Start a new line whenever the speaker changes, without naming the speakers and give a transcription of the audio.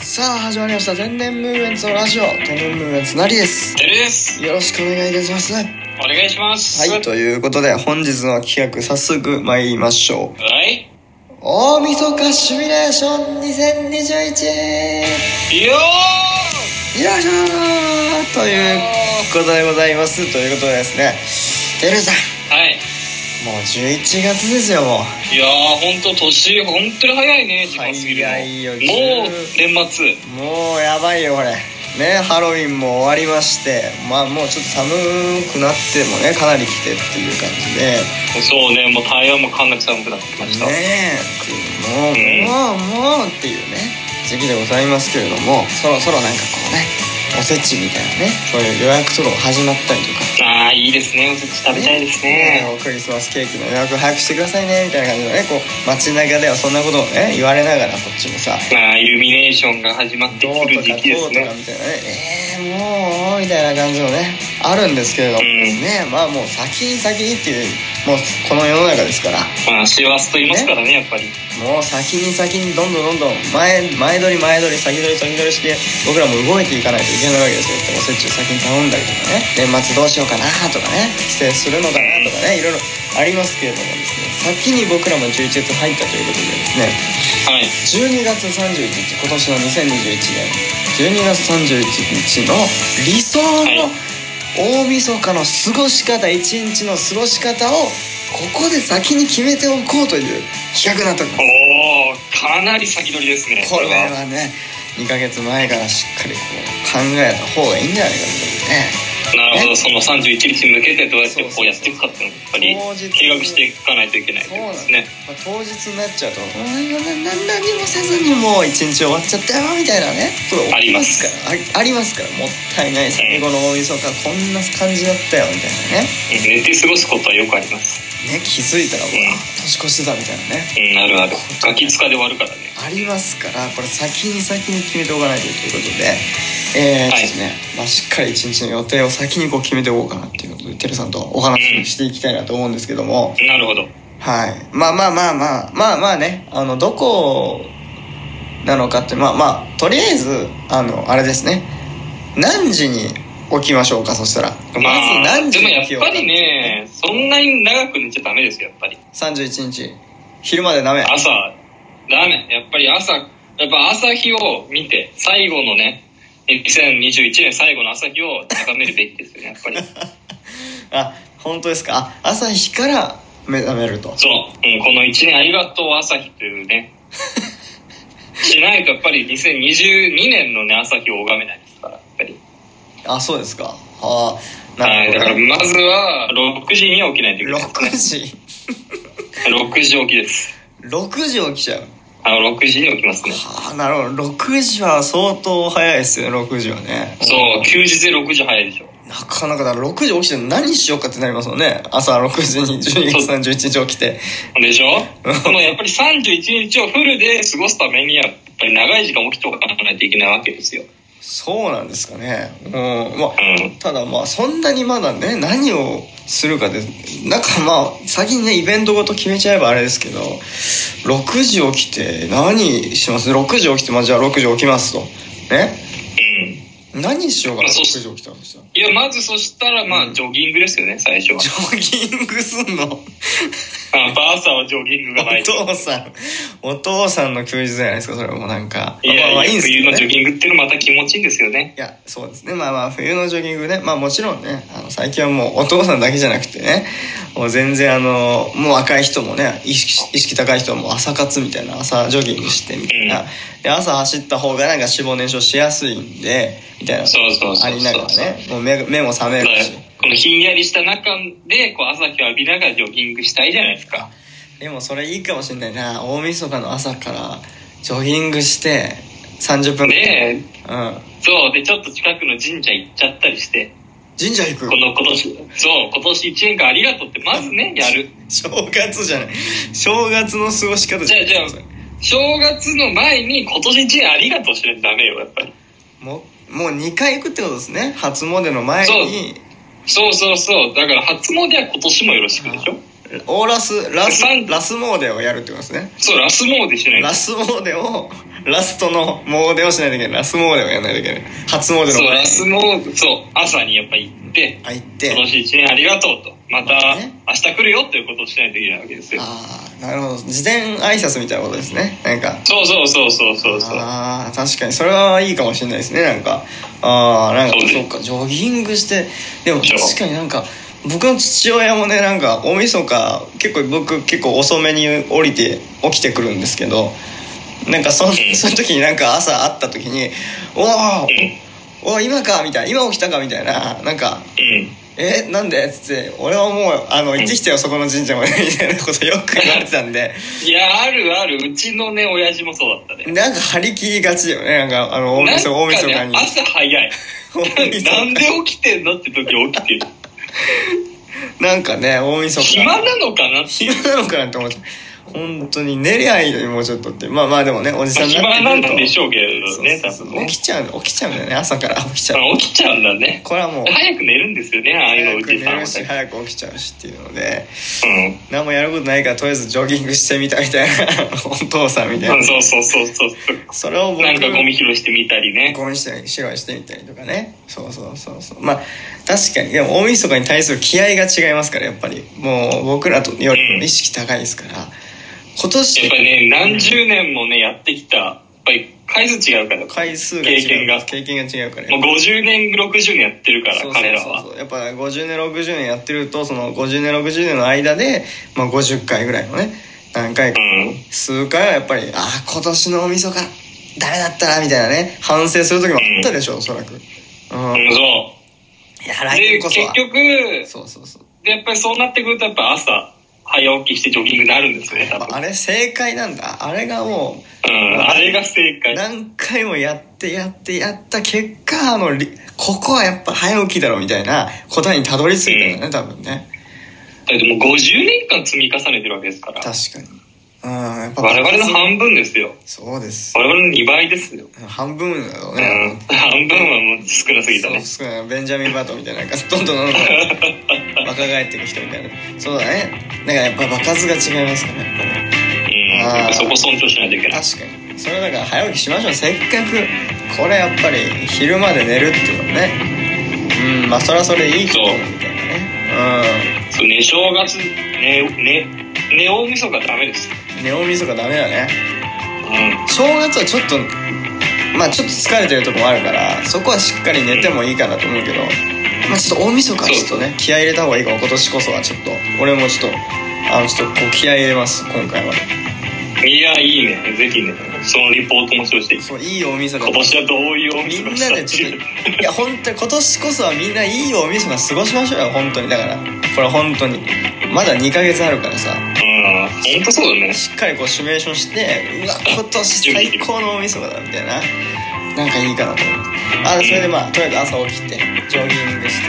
始まりました全年ムーブメンツのラジオ天然ムーブメンツなりです
てるです。
よろしくお願いいたしますは
お願いします。
いということで本日の企画早速参りましょう
はい。
大晦日シミュレーション2021
よ
よいしょーということでございますということでですねてるさん
ーはい。
もう11月ですよもう
いやー、ほんと年、ほんとに早いね、時間過ぎるの。
早いよ
もう、年末。
もうやばいよこれねハロウィンも終わりましてまあもうちょっと寒くなってもねかなり来てっていう感じで
そうね、もう台湾もかなり寒くなってきました。
ねえもう、もうもうっていうね時期でございますけれどもそろそろなんかこうねおせちみたいなねそういう予約とかも始まったりとか
あー、いいですね。おせち食べたいですね。
えクリスマスケーキの予約早くしてくださいねみたいな感じのねこう街中ではそんなことをね言われながらこっちもさ
あー、イルミネーションが始まって
どう
く
と
る
か
時期です
こうとかみたいなねえー、もう
ね。
みたいな感じのねあるんですけれども、
うん
ねまあもう先先にっていうもうこの世の中ですから
まあ、師走と言いますからね、やっぱり。
もう先に先にどんどんどんどん前前取り前取り先取り先取りして僕らも動いていかないといけないわけですよおせちを先に頼んだりとかね年末どうしようかなとかね帰省するのかなとかねいろいろありますけれどもですね先に僕らも11月入ったということでですね
はい。
12月31日今年の2021年12月31日の理想の大晦日の過ごし方一日の過ごし方をここで先に決めておこうという企画なとこ
おー、かなり先取りですね。
これはね2ヶ月前からしっかりこう考えた方がいいんじゃないか
なるほど、その31日に向けてどうやってこうやっていくかっていうの
というね
をやっぱり計画していかないといけないっ
そ
て
うな
こ
ん
と
で
で
す
すね。
まあ、当日になっちゃうと「何もせずにもう一日終わっちゃったよ」みたいなねこと起きますからありありますからもったいない最後の大晦日こんな感じだったよみたいなね
寝て過ごすことはよくあります。
ね気づいたらもう
うん
年越してたみたいなね
うん、あるある。ガキ使で終わるからね。
ありますからこれ先に先に決めておかないとということで、えー
はい
ちょっとね、まあ、しっかり一日の予定を先にこう決めておこうかなっていうことでテルさんとお話ししていきたいなと思うんですけども、
なるほど。
はいまあまあまあまあまあまあねあのどこなのかってまあまあとりあえずあのあれですね何時に起きましょうかそしたらまず
まあ、
何時
でも
に
や
起きよ
っ
うか
ぱりね、そんなに長く寝ちゃダメですよ、やっぱり。
31日昼までダメ
朝、ダメ。やっぱり朝、やっぱ朝日を見て、最後のね、2021年最後の朝日を眺めるべきですよね、やっぱり。
あ本当ですかあ朝日から目覚めると
そう、うん、この1年ありがとう朝日という ねしないとやっぱり2022年のね朝日を拝めないですからやっぱり、
あそうですかああ
はい、だ
な
から
る
まずは6時には起きないといけない
ほど6時
6時起きです
6時起きちゃう
あの6時に起きますね
はあなるほど6時は相当早いですよね6時はね
そう休日で6時早いでしょ
なかなかだから6時起きて何しようかってなりますもんね朝6時に12月31日起きて
でしょこのやっぱり31日をフルで過ごすためにはやっぱり長い時間起きておかないといけないわけですよ
そうなんですかねうんまあ
うん
ただまあそんなにまだね何をするかでなんかまあ先にねイベントごと決めちゃえばあれですけど6時起きて何します6時起きてまあじゃあ6時起きますとね
うん
何しようかな6
そうっす
時起きたんですよ
いやまずそしたらまあジョギングですよね最初は
ジョギングすんの
あバーサーはジョギングがない
お父さんお父さんの休日じゃないですかそれもなんか
いや、
まあまあ
い
んで
や
すけ
冬
ど
のジョ
ね
ギングっていうのまた気持ちいいんですよね。
いやそうですねまあまあ冬のジョギングねまあもちろんねあの最近はもうお父さんだけじゃなくてねもう全然あのもう若い人もね意識意識高い人はもう朝活みたいな朝ジョギングしてみたいな
うん
で朝走った方がなんか脂肪燃焼しやすいんでみたいな
そうそうそうそう
ありながらねもう目目も覚め
だから
るし
このひんやりした中で、こう朝日を浴びながらジョギングしたいじゃないですか。
でもそれいいかもしれないな大晦日の朝からジョギングして30分
で、
うん
そう、で、ちょっと近くの神社行っちゃったりして、
神社行く
この今年、そう、今年1年間ありがとうって、まずね、やる。
正月じゃない正月の過ごし方じ
じ
ゃ
ゃ
な
あ、
い
じゃあ、正月の前に今年1年ありがとうしないとダメよ、やっぱり。
もうもう2回行くってことですね初詣の前に
そうそうそうそう、だから初詣は今年もよろしくでしょ。
オーラスラス
三
ラスモーデをやるってことですね
そう、ラスモーデしない
ラスモーデをラストのモーデをしないといけないラスモーデをやらないといけない初モーデの
そう、
前
ラ
に
スモーデ、そう、朝にやっぱ行って、
あ行っ
今
て
年一年ありがとうと。また
またね
明日来るよっていうことをしないといけないわけですよ。
ああなるほど事前挨拶みたいなことですねなんか
そうそうそうそうそうそう。
ああ確かにそれはいいかもしれないですねなんかああなんか
そう
そ
ね
っかジョギングしてでも
そう
確かになんか僕の父親もねなんか大晦日結構僕結構遅めに降りて起きてくるんですけどなんかその
うん
その時になんか朝会った時に「おー
う
おー今か」みたいな「今起きたか」みたいななんか
ん。うん。
えなんで?」っつって「俺はもうあの行ってきたよそこの神社まで」みたいなことよく言われてたんで。
いや、あるある。うちのね、親父もそうだったね。
なんか張り切りがちだよね。なんか、あの、大
なん
晦日、大晦日
かね
に。
朝早い。
大晦日
なんで起きてんのって時起 きてる。
なんかね、大晦日。
暇なのかなっていう。
暇なのかなって思って。本当に寝りゃいいのにもうちょっとって。まあまあでもね、おじさんにな
暇な
って
ん
くると。
でしょうけれどね、
そ
多
うそう
分
そう
ね
起。きちゃう、起きちゃうんだよね。朝から起きちゃう。
まあ起きちゃうんだね。
これはもう、
早く寝るんですよね、ああいうの
早
お
く
じ
寝
さんは
るし、早く起きちゃうしっていうので、
ね。
何もやることないから、とりあえずジョギングしてみたみたいな、 お父さんみた
う
い
ん。
な。
そうそうそうそう。
それを僕
なんかゴミ拾いしてみたりね。
ゴミしたり白いしてみたりとかねそうそうそうそうまあ確かにでも大晦日に対する気合が違いますからやっぱりもう僕らとよりも意識高いですから、今
やっぱり
年
ね、何十年もね、やってきた、やっぱり回数違うから、もう
回数が違う
経験が
経験が違うから
50年、60年やってるから
そ、うそう
彼ら
そう
は。
そうやっぱ50年60年やってるとその50年60年の間で、まあ、50回ぐらいのね何回か、
うん。
数回はやっぱりああ今年の大晦日ダメだったなみたいなね反省する時もあったでしょおそらくうん
うん、そう。
いや来
で、
年こ
結
そは
局、
そうそうそう
でやっぱりそうなってくると、やっぱ朝、早起きしてジョギングになるんですね、
や
多
っぱ
分。
あれ正解なんだあれがも
うん、あれが正
う
解。
何回もやってやってやった結果あのりここはやっぱ早起きだろみたいな答えにたどり着いたんだね多分ね
だってもう50年間積み重ねてるわけですから。
確かにうんやっぱ
我々の半分ですよ。
そうです
我々の2倍ですよ。
半分だろう
う
ね
ん。半分はもう少なすぎたね。
そうそうベンジャミン・バトンみたいななんかどんどんどん どん若返っていく人みたいなそうだねなんかやっぱ場数が違いますからねやっぱね
うん。やっぱそこ尊重しないといけない。
確かにそれだから早起きしましょうせっかくこれやっぱり昼まで寝るっていうのはねうんまあそれはそれでいいけど
そう
みたいなね
そうね、正月、ね、ね、ね、大晦日ダメですよ。
うん寝大みそかダメだね
うん。
正月はちょっとまあちょっと疲れてるとこもあるからそこはしっかり寝てもいいかなと思うけどまあちょっと大晦日はちょっとね気合い入れた方がいいかも今年こそはちょっと俺もちょっとあのちょっとこう気合い入れます今回はい
や、いいね。ぜひね、そのリポートもしてほしい。
そういい大晦日
今年はどういう大
み
晦
ん
日
なでちょっといや本当に今年こそはみんないいおみそが過ごしましょうよ本当にだからこれ本当にまだ2ヶ月あるからさ
うん。ほんとそうだね。
しっかりこうシミュレーションしてうわ今年最高のおみそだみたいななんかいいかなと思ってあそれでまあとりあえず朝起きてジョギングして